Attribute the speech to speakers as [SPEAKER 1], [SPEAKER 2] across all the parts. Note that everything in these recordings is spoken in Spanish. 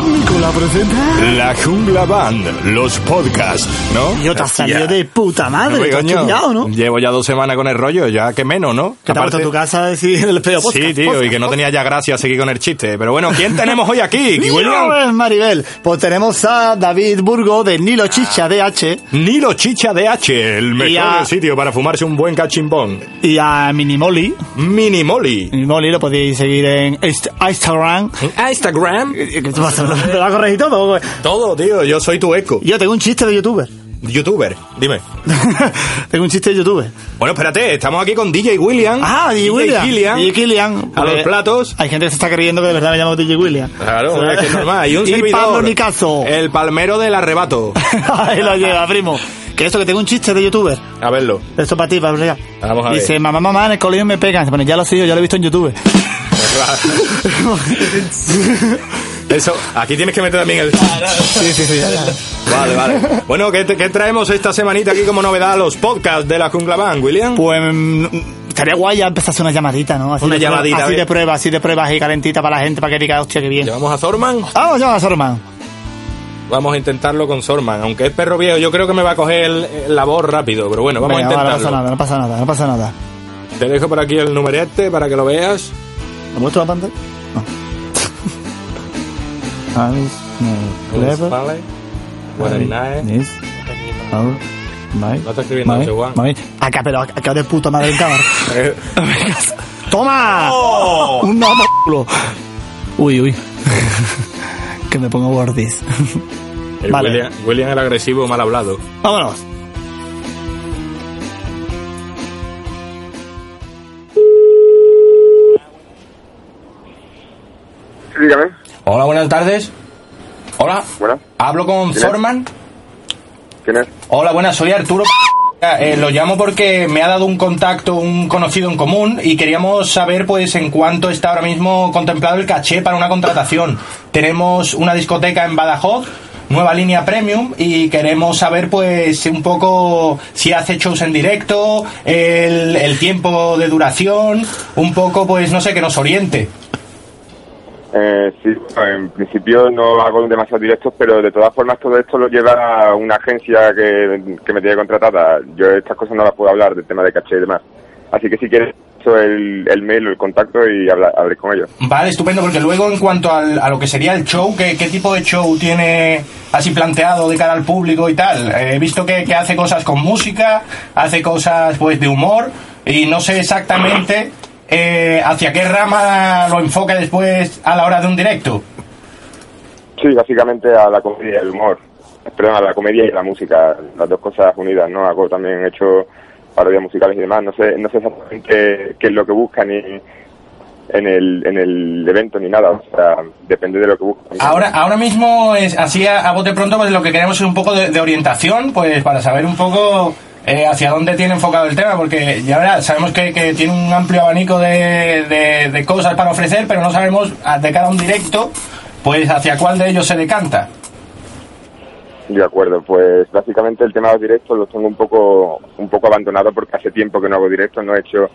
[SPEAKER 1] Nicolás presenta.
[SPEAKER 2] La Jungla Band, los podcasts, ¿no?
[SPEAKER 1] Yo te has salido de puta
[SPEAKER 2] Oye,
[SPEAKER 1] madre, te has
[SPEAKER 2] coño,
[SPEAKER 1] chupillado, ¿no?
[SPEAKER 2] Llevo ya dos semanas con el rollo, ya que menos, ¿no?
[SPEAKER 1] Que te has
[SPEAKER 2] Aparte-
[SPEAKER 1] puesto en tu casa a decir el "Pues, pedo podcast.
[SPEAKER 2] Sí, tío,
[SPEAKER 1] podcast,
[SPEAKER 2] y que no tenía ya gracia seguir con el chiste. Pero bueno, ¿quién tenemos hoy aquí? ¿Ki William?
[SPEAKER 1] Yo, Maribel, pues tenemos a David Burgo de Nilo Chicha DH
[SPEAKER 2] Nilo Chicha DH, el mejor
[SPEAKER 1] a-
[SPEAKER 2] sitio para fumarse un buen cachimbón.
[SPEAKER 1] y a Minimoli.
[SPEAKER 2] Minimoli.
[SPEAKER 1] Minimoli lo podéis seguir en Inst- Instagram.
[SPEAKER 2] Instagram.
[SPEAKER 1] ¿Qué te pasa? ¿Lo lo has corregido todo? güey.
[SPEAKER 2] Todo, tío, yo soy tu eco.
[SPEAKER 1] Yo tengo un chiste de youtuber.
[SPEAKER 2] Youtuber, dime.
[SPEAKER 1] tengo un chiste de youtuber.
[SPEAKER 2] Bueno, espérate, estamos aquí con DJ William.
[SPEAKER 1] Ah, DJ William.
[SPEAKER 2] Killian.
[SPEAKER 1] DJ Killian.
[SPEAKER 2] A los platos.
[SPEAKER 1] Hay gente que se está creyendo que de verdad me llamo DJ William.
[SPEAKER 2] Claro, es que es normal. Y un servidor.
[SPEAKER 1] Pablo Nicaso.
[SPEAKER 2] El palmero del arrebato.
[SPEAKER 1] Ahí lo lleva, primo. Que esto, que tengo un chiste de youtuber.
[SPEAKER 2] A verlo.
[SPEAKER 1] Esto para ti, para Brea.
[SPEAKER 2] Vamos a ver.
[SPEAKER 1] Dice, mamá, mamá, en el colegio me pegan. Se pone, ya lo sé yo, ya lo he visto en YouTube.
[SPEAKER 2] Eso, aquí tienes que meter también el...
[SPEAKER 1] sí, sí, sí, ya, ya.
[SPEAKER 2] Vale, vale. Bueno, ¿qué, te- qué traemos esta semanita aquí como novedad a los podcasts de la Jungla Band, William?
[SPEAKER 1] Pues mm, estaría guay ya empezar a hacer una llamadita, ¿no? Así
[SPEAKER 2] Una
[SPEAKER 1] de prueba-
[SPEAKER 2] llamadita, a
[SPEAKER 1] Así
[SPEAKER 2] ver.
[SPEAKER 1] de pruebas, así de pruebas y calentita para la gente, para que diga, hostia, qué bien.
[SPEAKER 2] Llevamos a Zorman.
[SPEAKER 1] Vamos, llama a Sorman.
[SPEAKER 2] Vamos a intentarlo con Zorman. Aunque es perro viejo, yo creo que me va a coger el- la voz rápido. Pero bueno, vamos
[SPEAKER 1] Venga, va,
[SPEAKER 2] a
[SPEAKER 1] no
[SPEAKER 2] intentarlo.
[SPEAKER 1] pasa nada, no pasa nada, no pasa nada.
[SPEAKER 2] Te dejo por aquí el numerete para que lo veas.
[SPEAKER 1] ¿Me muestro la pantalla? No. Alice, no,
[SPEAKER 2] Pues,
[SPEAKER 1] clever.
[SPEAKER 2] Vale. Guaraná, eh.
[SPEAKER 1] Yes. Our- my-
[SPEAKER 2] No está escribiendo,
[SPEAKER 1] my-
[SPEAKER 2] ese guan.
[SPEAKER 1] my- Acá, pero acá acá de puta madre en cámara.
[SPEAKER 2] Eh,
[SPEAKER 1] ¡Toma!
[SPEAKER 2] ¡Oh!
[SPEAKER 1] Un no culo. Uy, uy. que me pongo gordis.
[SPEAKER 2] el
[SPEAKER 1] Vale.
[SPEAKER 2] William, William el agresivo mal hablado.
[SPEAKER 1] Vámonos.
[SPEAKER 3] Dígame,
[SPEAKER 2] Hola, buenas tardes. Hola.
[SPEAKER 3] Buenas.
[SPEAKER 2] Hablo con
[SPEAKER 3] ¿Quién es?
[SPEAKER 2] Zorman.
[SPEAKER 3] ¿quién es?
[SPEAKER 2] Hola, buenas, soy Arturo. Eh, lo llamo porque me ha dado un contacto, un conocido en común, y queríamos saber, pues, en cuánto está ahora mismo contemplado el caché para una contratación. Tenemos una discoteca en Badajoz, nueva línea premium, y queremos saber, pues, un poco si hace shows en directo, el, el tiempo de duración, un poco, pues, no sé, que nos oriente.
[SPEAKER 3] Eh, sí, en principio no hago demasiados directos, pero de todas formas todo esto lo lleva a una agencia que, que me tiene contratada. Yo estas cosas no las puedo hablar, del tema de caché y demás. Así que si quieres, echo el, el mail o el contacto y habla, hablé con ellos.
[SPEAKER 2] Vale, estupendo, porque luego en cuanto al- a lo que sería el show, ¿qué, qué tipo de show tiene así planteado de cara al público y tal? Eh, He visto que, que hace cosas con música, hace cosas pues de humor y no sé exactamente eh, hacia qué rama lo enfoca después a la hora de un directo.
[SPEAKER 3] Sí, básicamente a la comedia y el humor. Eh, Perdón, a la comedia y la música, las dos cosas unidas, ¿no? Hago también he hecho parodias musicales y demás. No sé, no sé exactamente qué, qué es lo que buscan ni en el, en el evento ni nada. O sea, depende de lo que buscan.
[SPEAKER 2] Ahora, ahora mismo, es así a, a bote pronto, pues lo que queremos es un poco de, de orientación, pues para saber un poco eh, hacia dónde tiene enfocado el tema, porque ya verás, sabemos que, que tiene un amplio abanico de, de- de cosas para ofrecer, pero no sabemos a- de cara a un directo, pues hacia cuál de ellos se decanta.
[SPEAKER 3] De acuerdo, pues básicamente el tema de los directos los tengo un poco, un poco abandonado porque hace tiempo que no hago directos, no he hecho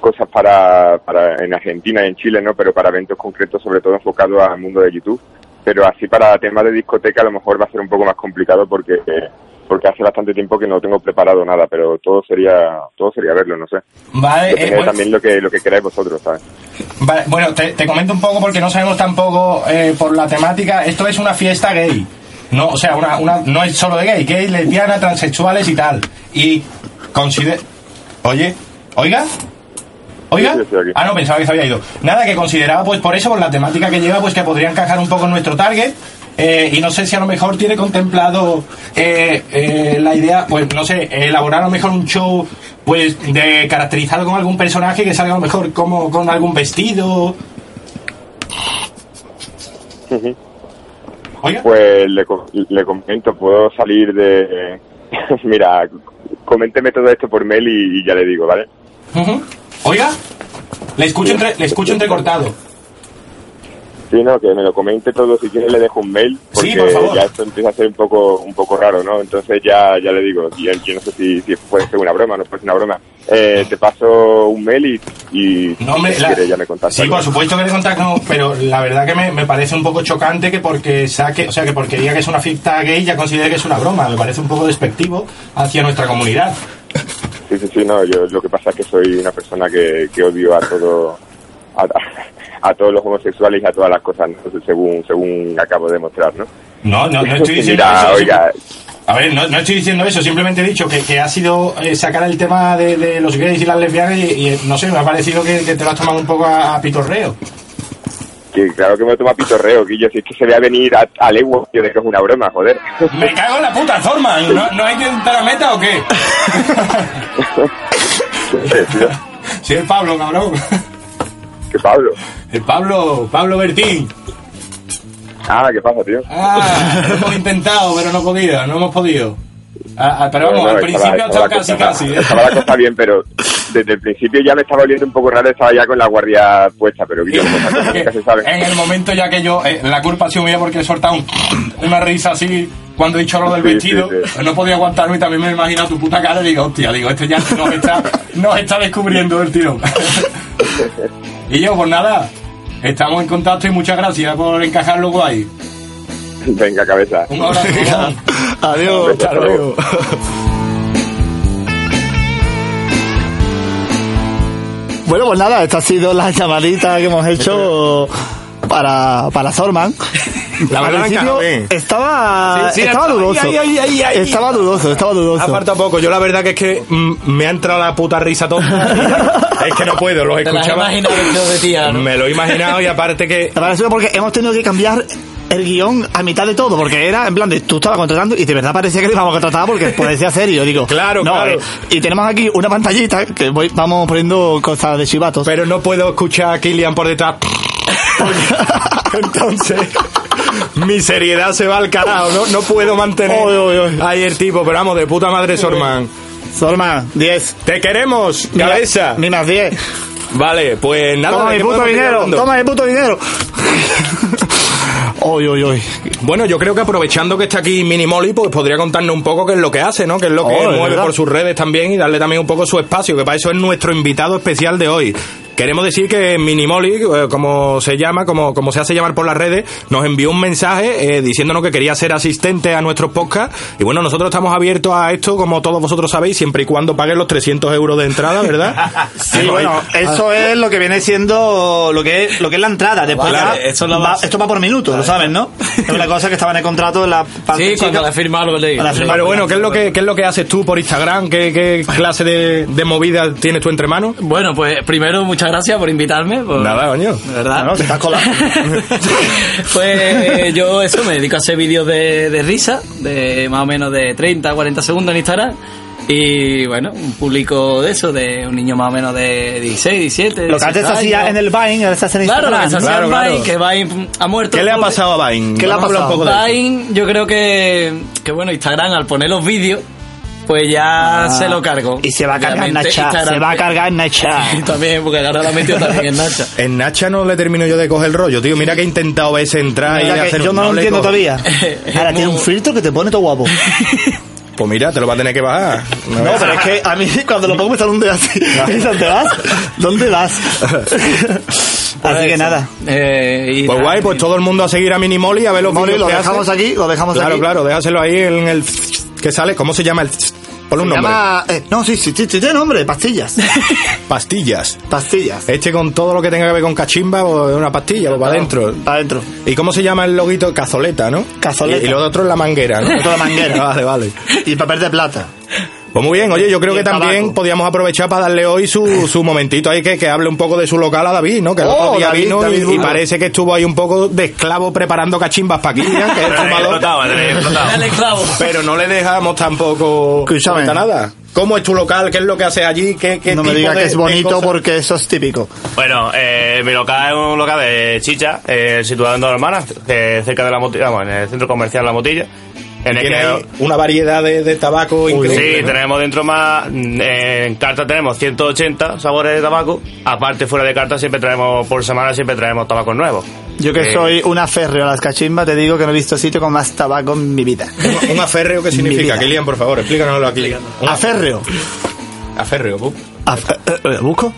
[SPEAKER 3] cosas para, para en Argentina y en Chile, ¿no? Pero para eventos concretos, sobre todo enfocado al mundo de YouTube. Pero así para temas de discoteca a lo mejor va a ser un poco más complicado porque eh, porque hace bastante tiempo que no tengo preparado nada, pero todo sería todo sería verlo, no sé.
[SPEAKER 2] Vale, eh,
[SPEAKER 3] Depende
[SPEAKER 2] pues-
[SPEAKER 3] también lo que lo que queráis vosotros, ¿sabes?
[SPEAKER 2] Vale, bueno, te, te comento un poco porque no sabemos tampoco eh, por la temática. Esto es una fiesta gay. No, o sea, una, una- no es solo de gay, gay, lesbiana, transexuales y tal. Y consider... Oye, oiga. Oiga,
[SPEAKER 3] Sí, sí, estoy aquí.
[SPEAKER 2] ah no, pensaba que se había ido. Nada, que consideraba pues por eso, por la temática que lleva, pues que podría encajar un poco en nuestro target. Eh, y no sé si a lo mejor tiene contemplado eh, eh, la idea, pues no sé, elaborar a lo mejor un show, pues de caracterizado con algún personaje que salga a lo mejor como con algún vestido. Oiga,
[SPEAKER 3] Pues le, co- le comento, puedo salir de... Mira, coménteme todo esto por mail y, y ya le digo, ¿vale?
[SPEAKER 2] Ujú. oiga, le escucho, entre, le escucho entrecortado.
[SPEAKER 3] Sí, no, que me lo comente todo, si quiere le dejo un mail, porque
[SPEAKER 4] Sí, por favor.
[SPEAKER 3] ya esto empieza a ser un poco un poco raro, ¿no? Entonces ya ya le digo, y él, yo no sé si, si puede ser una broma, no puede ser una broma. Eh, te paso un mail y, y
[SPEAKER 4] No, hombre,
[SPEAKER 3] si
[SPEAKER 4] la-
[SPEAKER 3] quiere ya me contactas.
[SPEAKER 4] Sí, por supuesto que le contactamos, pero la verdad que me, me parece un poco chocante que porque saque, o sea, que porque diga que es una fiesta gay ya considere que es una broma. Me parece un poco despectivo hacia nuestra comunidad.
[SPEAKER 3] Sí, sí, sí, no, yo lo que pasa es que soy una persona que, que odio a todo a, a todos los homosexuales y a todas las cosas, ¿no? según según acabo de mostrar, ¿no?
[SPEAKER 4] No, no, no estoy diciendo
[SPEAKER 3] Mira,
[SPEAKER 4] eso.
[SPEAKER 3] oiga,
[SPEAKER 4] A ver, no, no estoy diciendo eso, simplemente he dicho que, que ha sido eh, sacar el tema de, de los gays y las lesbianas y, y, eh, no sé, me ha parecido que, que te lo has tomado un poco a, a pitorreo.
[SPEAKER 3] que claro que me toma pitorreo, Guillo, si es que se vea venir a, a legua, tío, de que es una broma, joder.
[SPEAKER 4] Me cago en la puta forma, ¿no, no hay que entrar a meta o qué? Sí, el Pablo, cabrón.
[SPEAKER 3] que Pablo.
[SPEAKER 4] El Eh, Pablo, Pablo Bertín.
[SPEAKER 3] Ah, ¿qué pasa, tío?
[SPEAKER 4] Ah, lo hemos intentado, pero no he podido, no hemos podido. Ah, ah, pero vamos,
[SPEAKER 3] No, no,
[SPEAKER 4] al
[SPEAKER 3] estaba-
[SPEAKER 4] principio ha
[SPEAKER 3] estaba
[SPEAKER 4] estado
[SPEAKER 3] la
[SPEAKER 4] casi,
[SPEAKER 3] cosa-
[SPEAKER 4] casi. ¿eh?
[SPEAKER 3] Estaba la cosa bien, pero desde el principio ya me estaba oliendo un poco raro, estaba ya con la guardia puesta, pero Guillo, como esas cosas nunca se sabe.
[SPEAKER 4] en el momento ya que yo, eh, la culpa ha sido mía porque he soltado un- una risa así cuando he dicho lo del
[SPEAKER 3] Sí,
[SPEAKER 4] vestido, pues
[SPEAKER 3] sí, sí.
[SPEAKER 4] no podía aguantarme y también me he imaginado tu puta cara y digo, hostia, digo, este ya nos está, nos está descubriendo el tirón. y yo, pues nada, estamos en contacto y muchas gracias por encajarlo guay.
[SPEAKER 3] Venga, cabeza.
[SPEAKER 4] Un abrazo.
[SPEAKER 1] Adiós, hasta luego. Bueno, pues nada, esta ha sido la llamadita que hemos hecho para, para Zorman.
[SPEAKER 2] La
[SPEAKER 1] Al
[SPEAKER 2] blanca,
[SPEAKER 1] principio
[SPEAKER 2] ¿eh?
[SPEAKER 1] estaba,
[SPEAKER 2] Sí, sí,
[SPEAKER 1] Ah, estaba
[SPEAKER 2] ahí,
[SPEAKER 1] dudoso.
[SPEAKER 2] ahí, ahí, ahí, ahí.
[SPEAKER 1] Estaba dudoso, estaba dudoso.
[SPEAKER 2] Aparta poco, yo la verdad que es que mm, me ha entrado la puta risa toda. es que no puedo, los
[SPEAKER 5] Te las has
[SPEAKER 2] escuchaba.
[SPEAKER 5] imaginado vestido de tía, ¿no?
[SPEAKER 2] Me lo he imaginado y aparte que
[SPEAKER 1] La verdad es que porque hemos tenido que cambiar el guión a mitad de todo, porque era en plan de tú estabas contratando y de verdad parecía que te íbamos a contratar porque parecía serio, digo.
[SPEAKER 2] Claro,
[SPEAKER 1] no,
[SPEAKER 2] claro.
[SPEAKER 1] eh, y tenemos aquí una pantallita que voy- vamos poniendo cosas de chivatos.
[SPEAKER 2] Pero no puedo escuchar a Killian por detrás. Entonces, mi seriedad se va al carajo. No, no puedo mantener
[SPEAKER 1] Oy, oy, oy.
[SPEAKER 2] ahí el tipo, pero vamos, de puta madre, Sorman.
[SPEAKER 1] Sorma, 10.
[SPEAKER 2] ¡Te queremos, cabeza!
[SPEAKER 1] Ni más 10.
[SPEAKER 2] Vale, pues nada.
[SPEAKER 1] Toma
[SPEAKER 2] ¿de
[SPEAKER 1] mi
[SPEAKER 2] qué
[SPEAKER 1] puto
[SPEAKER 2] podemos seguir
[SPEAKER 1] dinero,
[SPEAKER 2] hablando?
[SPEAKER 1] toma mi puto dinero. Uy, uy, uy.
[SPEAKER 2] Bueno, yo creo que aprovechando que está aquí Mini Molly, pues podría contarnos un poco qué es lo que hace, ¿no? Qué es lo que
[SPEAKER 1] Oh, es
[SPEAKER 2] mueve
[SPEAKER 1] verdad.
[SPEAKER 2] por sus redes también y darle también un poco su espacio, que para eso es nuestro invitado especial de hoy. Queremos decir que Mini Molly, eh, como se llama, como, como se hace llamar por las redes, nos envió un mensaje eh, diciéndonos que quería ser asistente a nuestros podcast. Y bueno, nosotros estamos abiertos a esto, como todos vosotros sabéis, siempre y cuando paguen los 300 euros de entrada, ¿verdad?
[SPEAKER 1] Sí, bueno, eso
[SPEAKER 5] Ah.
[SPEAKER 1] es lo que viene siendo lo que es, lo que es la entrada. Después
[SPEAKER 5] Vale,
[SPEAKER 1] ya
[SPEAKER 5] eso lo
[SPEAKER 1] va-
[SPEAKER 5] vas-
[SPEAKER 1] esto va por minutos, lo sabes, ¿no? Es una cosa que estaba en el contrato de la parte
[SPEAKER 5] Sí,
[SPEAKER 1] chica.
[SPEAKER 5] cuando la firma algo le digo.
[SPEAKER 1] Para firmar.
[SPEAKER 2] Pero bueno, ¿qué es lo que, qué es lo que haces tú por Instagram? ¿Qué, qué clase de, de movida tienes tú entre manos?
[SPEAKER 5] Bueno, pues primero muchas gracias por invitarme. por-
[SPEAKER 2] Nada, coño.
[SPEAKER 5] de ¿Verdad?
[SPEAKER 1] No, no, te estás colando.
[SPEAKER 5] pues eh, yo eso, me dedico a hacer vídeos de, de risa, de más o menos de 30 a 40 segundos en Instagram. Y bueno, un público de eso, de un niño más o menos de 16, 17.
[SPEAKER 1] Lo que antes
[SPEAKER 5] 18
[SPEAKER 1] hacía
[SPEAKER 5] años.
[SPEAKER 1] en el Vine, ahora estás en
[SPEAKER 5] Claro,
[SPEAKER 1] Instagram.
[SPEAKER 5] lo que
[SPEAKER 1] ¿no?
[SPEAKER 5] se hacía en
[SPEAKER 2] Claro,
[SPEAKER 5] Vine, que Vine mm, ha muerto.
[SPEAKER 2] ¿Qué le ha
[SPEAKER 5] Entonces,
[SPEAKER 2] pasado a Vine?
[SPEAKER 1] ¿Qué le ha
[SPEAKER 2] Vamos a hablar un
[SPEAKER 1] pasado?
[SPEAKER 2] poco de eso.
[SPEAKER 5] Vine, yo creo que, que bueno, Instagram al poner los vídeos, pues ya
[SPEAKER 1] Ah,
[SPEAKER 5] se lo cargo.
[SPEAKER 1] Y se va a cargar
[SPEAKER 5] Obviamente,
[SPEAKER 1] Nacha.
[SPEAKER 5] Instagram-
[SPEAKER 1] Se va a cargar Nacha.
[SPEAKER 5] Y también, porque ahora lo ha metido también en Nacha.
[SPEAKER 2] En Nacha no le termino yo de coger el rollo, tío. Mira que he intentado veces entrar y
[SPEAKER 1] Mira que
[SPEAKER 2] hacer
[SPEAKER 1] yo no, lo
[SPEAKER 2] le
[SPEAKER 1] entiendo
[SPEAKER 2] cojo.
[SPEAKER 1] todavía.
[SPEAKER 5] Es
[SPEAKER 1] Ahora tiene
[SPEAKER 5] muy-
[SPEAKER 1] un filtro que te pone todo guapo.
[SPEAKER 2] Pues mira, te lo va a tener que bajar. Pues No,
[SPEAKER 1] No, pero es que a mí cuando lo pongo me sale un dedo así. Me dice, ¿Dónde vas? ¿Dónde vas? Así que
[SPEAKER 5] Eso.
[SPEAKER 1] nada.
[SPEAKER 5] Eh, y
[SPEAKER 2] Pues
[SPEAKER 5] nada,
[SPEAKER 2] guay, pues todo el mundo a seguir a Minimoli a ver los
[SPEAKER 1] Moli,
[SPEAKER 2] vídeos
[SPEAKER 1] lo
[SPEAKER 2] que hace.
[SPEAKER 1] dejamos aquí, lo dejamos
[SPEAKER 2] Claro,
[SPEAKER 1] aquí.
[SPEAKER 2] claro, déjaselo ahí en el que sale. ¿Cómo se llama el? Ponle un
[SPEAKER 1] Se
[SPEAKER 2] nombre.
[SPEAKER 1] llama- eh, no, sí, sí, sí, sí, tiene nombre, pastillas.
[SPEAKER 2] Pastillas.
[SPEAKER 1] Pastillas.
[SPEAKER 2] Este con todo lo que tenga que ver con cachimba o una pastilla, pues va adentro.
[SPEAKER 1] Para adentro.
[SPEAKER 2] ¿Y cómo se llama el loguito? Cazoleta, ¿no?
[SPEAKER 1] Cazoleta.
[SPEAKER 2] Y, y lo otro es la manguera, ¿no?
[SPEAKER 1] Lo otro es la manguera.
[SPEAKER 2] vale, vale.
[SPEAKER 1] Y papel de plata.
[SPEAKER 2] Pues muy bien, oye, yo creo
[SPEAKER 1] Y
[SPEAKER 2] que
[SPEAKER 1] el
[SPEAKER 2] también
[SPEAKER 1] tabaco.
[SPEAKER 2] podíamos aprovechar para darle hoy su, su momentito ahí que, que hable un poco de su local a David, ¿no? Que el
[SPEAKER 1] Oh,
[SPEAKER 2] otro día
[SPEAKER 1] David,
[SPEAKER 2] vino
[SPEAKER 1] David
[SPEAKER 2] y- y,
[SPEAKER 1] Rubio.
[SPEAKER 2] parece que estuvo ahí un poco de esclavo preparando cachimbas para aquí, ya, que es fumador.
[SPEAKER 5] Dale, esclavo.
[SPEAKER 2] Pero no le dejamos tampoco
[SPEAKER 1] Escúchame.
[SPEAKER 2] comentar nada. ¿Cómo es tu local? ¿Qué es lo que haces allí? ¿Qué, qué
[SPEAKER 1] No me
[SPEAKER 2] tipo
[SPEAKER 1] digas
[SPEAKER 2] de-
[SPEAKER 1] que es
[SPEAKER 2] de
[SPEAKER 1] bonito
[SPEAKER 2] cosas?
[SPEAKER 1] porque eso es típico.
[SPEAKER 6] Bueno, eh, mi local es un local de chicha, eh, situado en Dos Hermanas, eh, cerca de la Motilla, vamos, en el centro comercial La Motilla. En el
[SPEAKER 2] Tiene
[SPEAKER 6] que-
[SPEAKER 2] ahí una variedad de, de tabaco increíble.
[SPEAKER 6] Sí,
[SPEAKER 2] ¿no?
[SPEAKER 6] tenemos dentro más. mm, En carta tenemos 180 sabores de tabaco. Aparte, fuera de carta, siempre traemos, por semana, siempre traemos tabacos nuevos.
[SPEAKER 1] Yo que
[SPEAKER 6] Eh,
[SPEAKER 1] soy una férrea a las cachimbas, te digo que no he visto sitio con más tabaco en mi vida.
[SPEAKER 2] Un- Un aférreo, ¿qué significa?
[SPEAKER 1] vida.
[SPEAKER 2] Kilian, por favor, explícanoslo aquí. Un
[SPEAKER 1] Aférreo.
[SPEAKER 2] aférreo, bu.
[SPEAKER 1] Af- eh, eh, ¿Busco?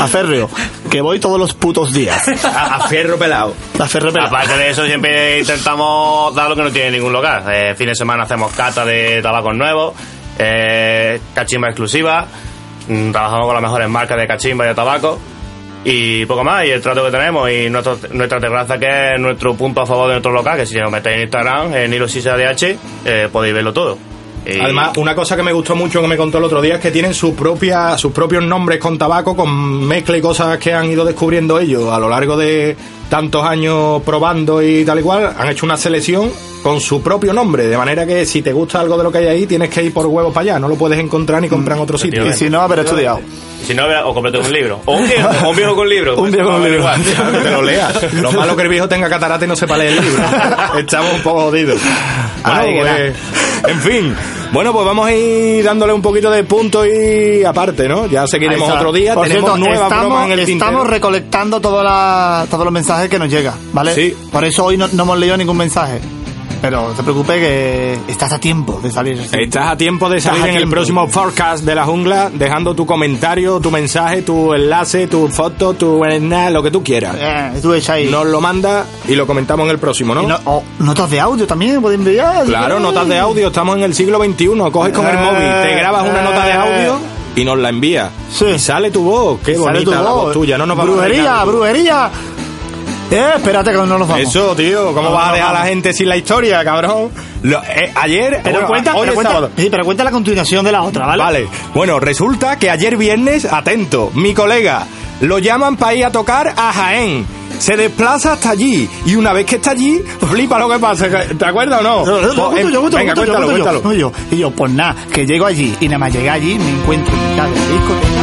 [SPEAKER 1] Aférreo. Que voy todos los putos días.
[SPEAKER 2] A- aférreo pelado.
[SPEAKER 1] Aférreo
[SPEAKER 2] Ah,
[SPEAKER 1] pelado.
[SPEAKER 6] Aparte de eso, siempre intentamos dar lo que no tiene ningún lugar. Eh, fin de semana hacemos cata de tabacos nuevos, eh, cachimba exclusiva, mm, trabajamos con las mejores marcas de cachimba y de tabaco y poco más. Y el trato que tenemos y nuestro- nuestra terraza, que es nuestro punto a favor de nuestro local, que si os metéis en Instagram, en Hilo Sisa DH, eh, podéis verlo todo. Y-
[SPEAKER 2] Además, una cosa que me gustó mucho que me contó el otro día es que tienen su propia, sus propios nombres con tabaco, con mezcla y cosas que han ido descubriendo ellos a lo largo de tantos años probando y tal y cual. Han hecho una selección con su propio nombre, de manera que si te gusta algo de lo que hay ahí, tienes que ir por huevos para allá. No lo puedes encontrar ni comprar en otro sitio.
[SPEAKER 1] Y si no, haber estudiado.
[SPEAKER 6] si no, o comprate un libro. O un viejo, o un viejo con libro.
[SPEAKER 1] Un viejo con libro.
[SPEAKER 2] Claro, que lo lea. Lo malo que el viejo tenga catarata y no sepa leer el libro. Estamos un poco jodidos.
[SPEAKER 1] Ay,
[SPEAKER 2] Bueno,
[SPEAKER 1] que
[SPEAKER 2] pues, en fin. Bueno, pues vamos a ir dándole un poquito de punto y aparte, ¿no? Ya
[SPEAKER 1] Ahí
[SPEAKER 2] seguiremos
[SPEAKER 1] está.
[SPEAKER 2] otro día.
[SPEAKER 1] Por
[SPEAKER 2] Tenemos
[SPEAKER 1] cierto,
[SPEAKER 2] nueva
[SPEAKER 1] estamos,
[SPEAKER 2] broma en el
[SPEAKER 1] estamos
[SPEAKER 2] tintero.
[SPEAKER 1] recolectando toda la- todos los mensajes que nos llegan, ¿vale?
[SPEAKER 2] Sí.
[SPEAKER 1] Por eso hoy no, no hemos leído ningún mensaje. Pero no te preocupes que estás a tiempo de salir.
[SPEAKER 2] Estás a tiempo de
[SPEAKER 1] Estás
[SPEAKER 2] salir
[SPEAKER 1] a
[SPEAKER 2] en el
[SPEAKER 1] tiempo.
[SPEAKER 2] próximo Forecast de la jungla, dejando tu comentario, tu mensaje, tu enlace, tu foto, tu nada, lo que tú quieras.
[SPEAKER 1] Eh, tú echa ahí.
[SPEAKER 2] Nos lo manda y lo comentamos en el próximo,
[SPEAKER 1] Y no- o notas de audio también, pueden enviar.
[SPEAKER 2] Claro, notas de audio, estamos en el siglo XXI, coges con el
[SPEAKER 1] Eh,
[SPEAKER 2] móvil, te grabas una nota de audio y nos la envías.
[SPEAKER 1] Sí.
[SPEAKER 2] Y sale tu voz, qué
[SPEAKER 1] Sale
[SPEAKER 2] bonita
[SPEAKER 1] tu
[SPEAKER 2] la voz
[SPEAKER 1] voz.
[SPEAKER 2] tuya, no nos vamos a
[SPEAKER 1] Brujería,
[SPEAKER 2] dejar.
[SPEAKER 1] brujería. Eh, espérate que no nos vamos.
[SPEAKER 2] Eso, tío, ¿cómo
[SPEAKER 1] No,
[SPEAKER 2] vas a
[SPEAKER 1] no,
[SPEAKER 2] dejar a la
[SPEAKER 1] vamos.
[SPEAKER 2] gente sin la historia, cabrón? Lo- eh, ayer,
[SPEAKER 1] Pero
[SPEAKER 2] bueno,
[SPEAKER 1] cuenta,
[SPEAKER 2] hoy
[SPEAKER 1] pero
[SPEAKER 2] es
[SPEAKER 1] cuenta-
[SPEAKER 2] sábado.
[SPEAKER 1] sí, pero cuenta la continuación de la otra, ¿vale?
[SPEAKER 2] Vale. Bueno, resulta que ayer viernes, atento, mi colega, lo llaman para ir a tocar a Jaén. Se desplaza hasta allí y una vez que está allí, flipa lo que pasa. ¿Te acuerdas o no?
[SPEAKER 1] Yo, yo, yo,
[SPEAKER 2] Pues,
[SPEAKER 1] cuento, yo, cuento,
[SPEAKER 2] Venga,
[SPEAKER 1] cuento, yo,
[SPEAKER 2] cuéntalo,
[SPEAKER 1] cuento, yo.
[SPEAKER 2] cuéntalo.
[SPEAKER 1] No, yo. Y yo, pues nada, que llego allí y nada más llegué allí, me encuentro en mitad de la discoteca.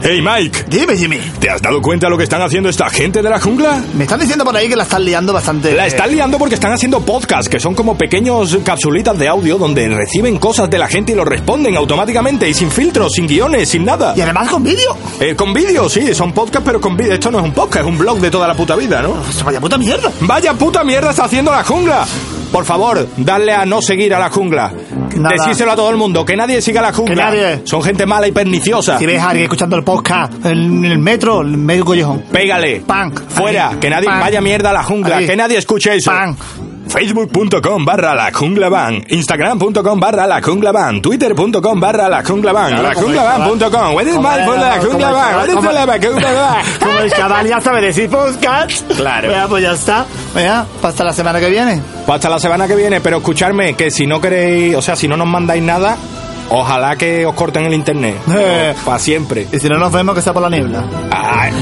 [SPEAKER 2] Hey Mike,
[SPEAKER 1] Dime, Jimmy.
[SPEAKER 2] ¿te has dado cuenta de lo que están haciendo esta gente de la jungla?
[SPEAKER 1] Me están diciendo por ahí que la están liando bastante.
[SPEAKER 2] La están liando porque están haciendo podcasts, que son como pequeños capsulitas de audio donde reciben cosas de la gente y lo responden automáticamente y sin filtros, sin guiones, sin nada.
[SPEAKER 1] Y además con vídeo.
[SPEAKER 2] Eh, con vídeos, sí, son podcasts, pero con vídeo. Esto no es un podcast, es un blog de toda la puta vida, ¿no?
[SPEAKER 1] Pues vaya puta mierda.
[SPEAKER 2] Vaya puta mierda está haciendo la jungla. Por favor, darle a no seguir a la jungla.
[SPEAKER 1] Nada.
[SPEAKER 2] Decírselo a todo el mundo, que nadie siga a la jungla.
[SPEAKER 1] Que nadie.
[SPEAKER 2] Son gente mala y perniciosa.
[SPEAKER 1] Si ves a alguien escuchando el podcast en el metro, en medio collejón.
[SPEAKER 2] Pégale.
[SPEAKER 1] Pan.
[SPEAKER 2] Fuera.
[SPEAKER 1] Ahí.
[SPEAKER 2] Que nadie.
[SPEAKER 1] Pan.
[SPEAKER 2] Vaya mierda a la jungla.
[SPEAKER 1] Ahí.
[SPEAKER 2] Que nadie escuche eso.
[SPEAKER 1] Pan.
[SPEAKER 2] Facebook.com barra la jungla van, Instagram.com barra la jungla van, Twitter.com barra la jungla van,
[SPEAKER 1] Claro,
[SPEAKER 2] la
[SPEAKER 1] como
[SPEAKER 2] jungla
[SPEAKER 1] el
[SPEAKER 2] van.com, where is
[SPEAKER 1] Como
[SPEAKER 2] my
[SPEAKER 1] el-
[SPEAKER 2] phone, la
[SPEAKER 1] como
[SPEAKER 2] jungla
[SPEAKER 1] el-
[SPEAKER 2] van, where is
[SPEAKER 1] como-
[SPEAKER 2] la jungla van.
[SPEAKER 1] Como el chaval ya sabe decir podcast.
[SPEAKER 2] Claro.
[SPEAKER 1] Vea, pues ya está. Vea, hasta la semana que viene.
[SPEAKER 2] Pues hasta la semana que viene, pero escucharme que si no queréis, o sea, si no nos mandáis nada, ojalá que os corten el internet.
[SPEAKER 1] Eh.
[SPEAKER 2] Para siempre.
[SPEAKER 1] Y si no nos vemos, que sea por la niebla.
[SPEAKER 2] Ay.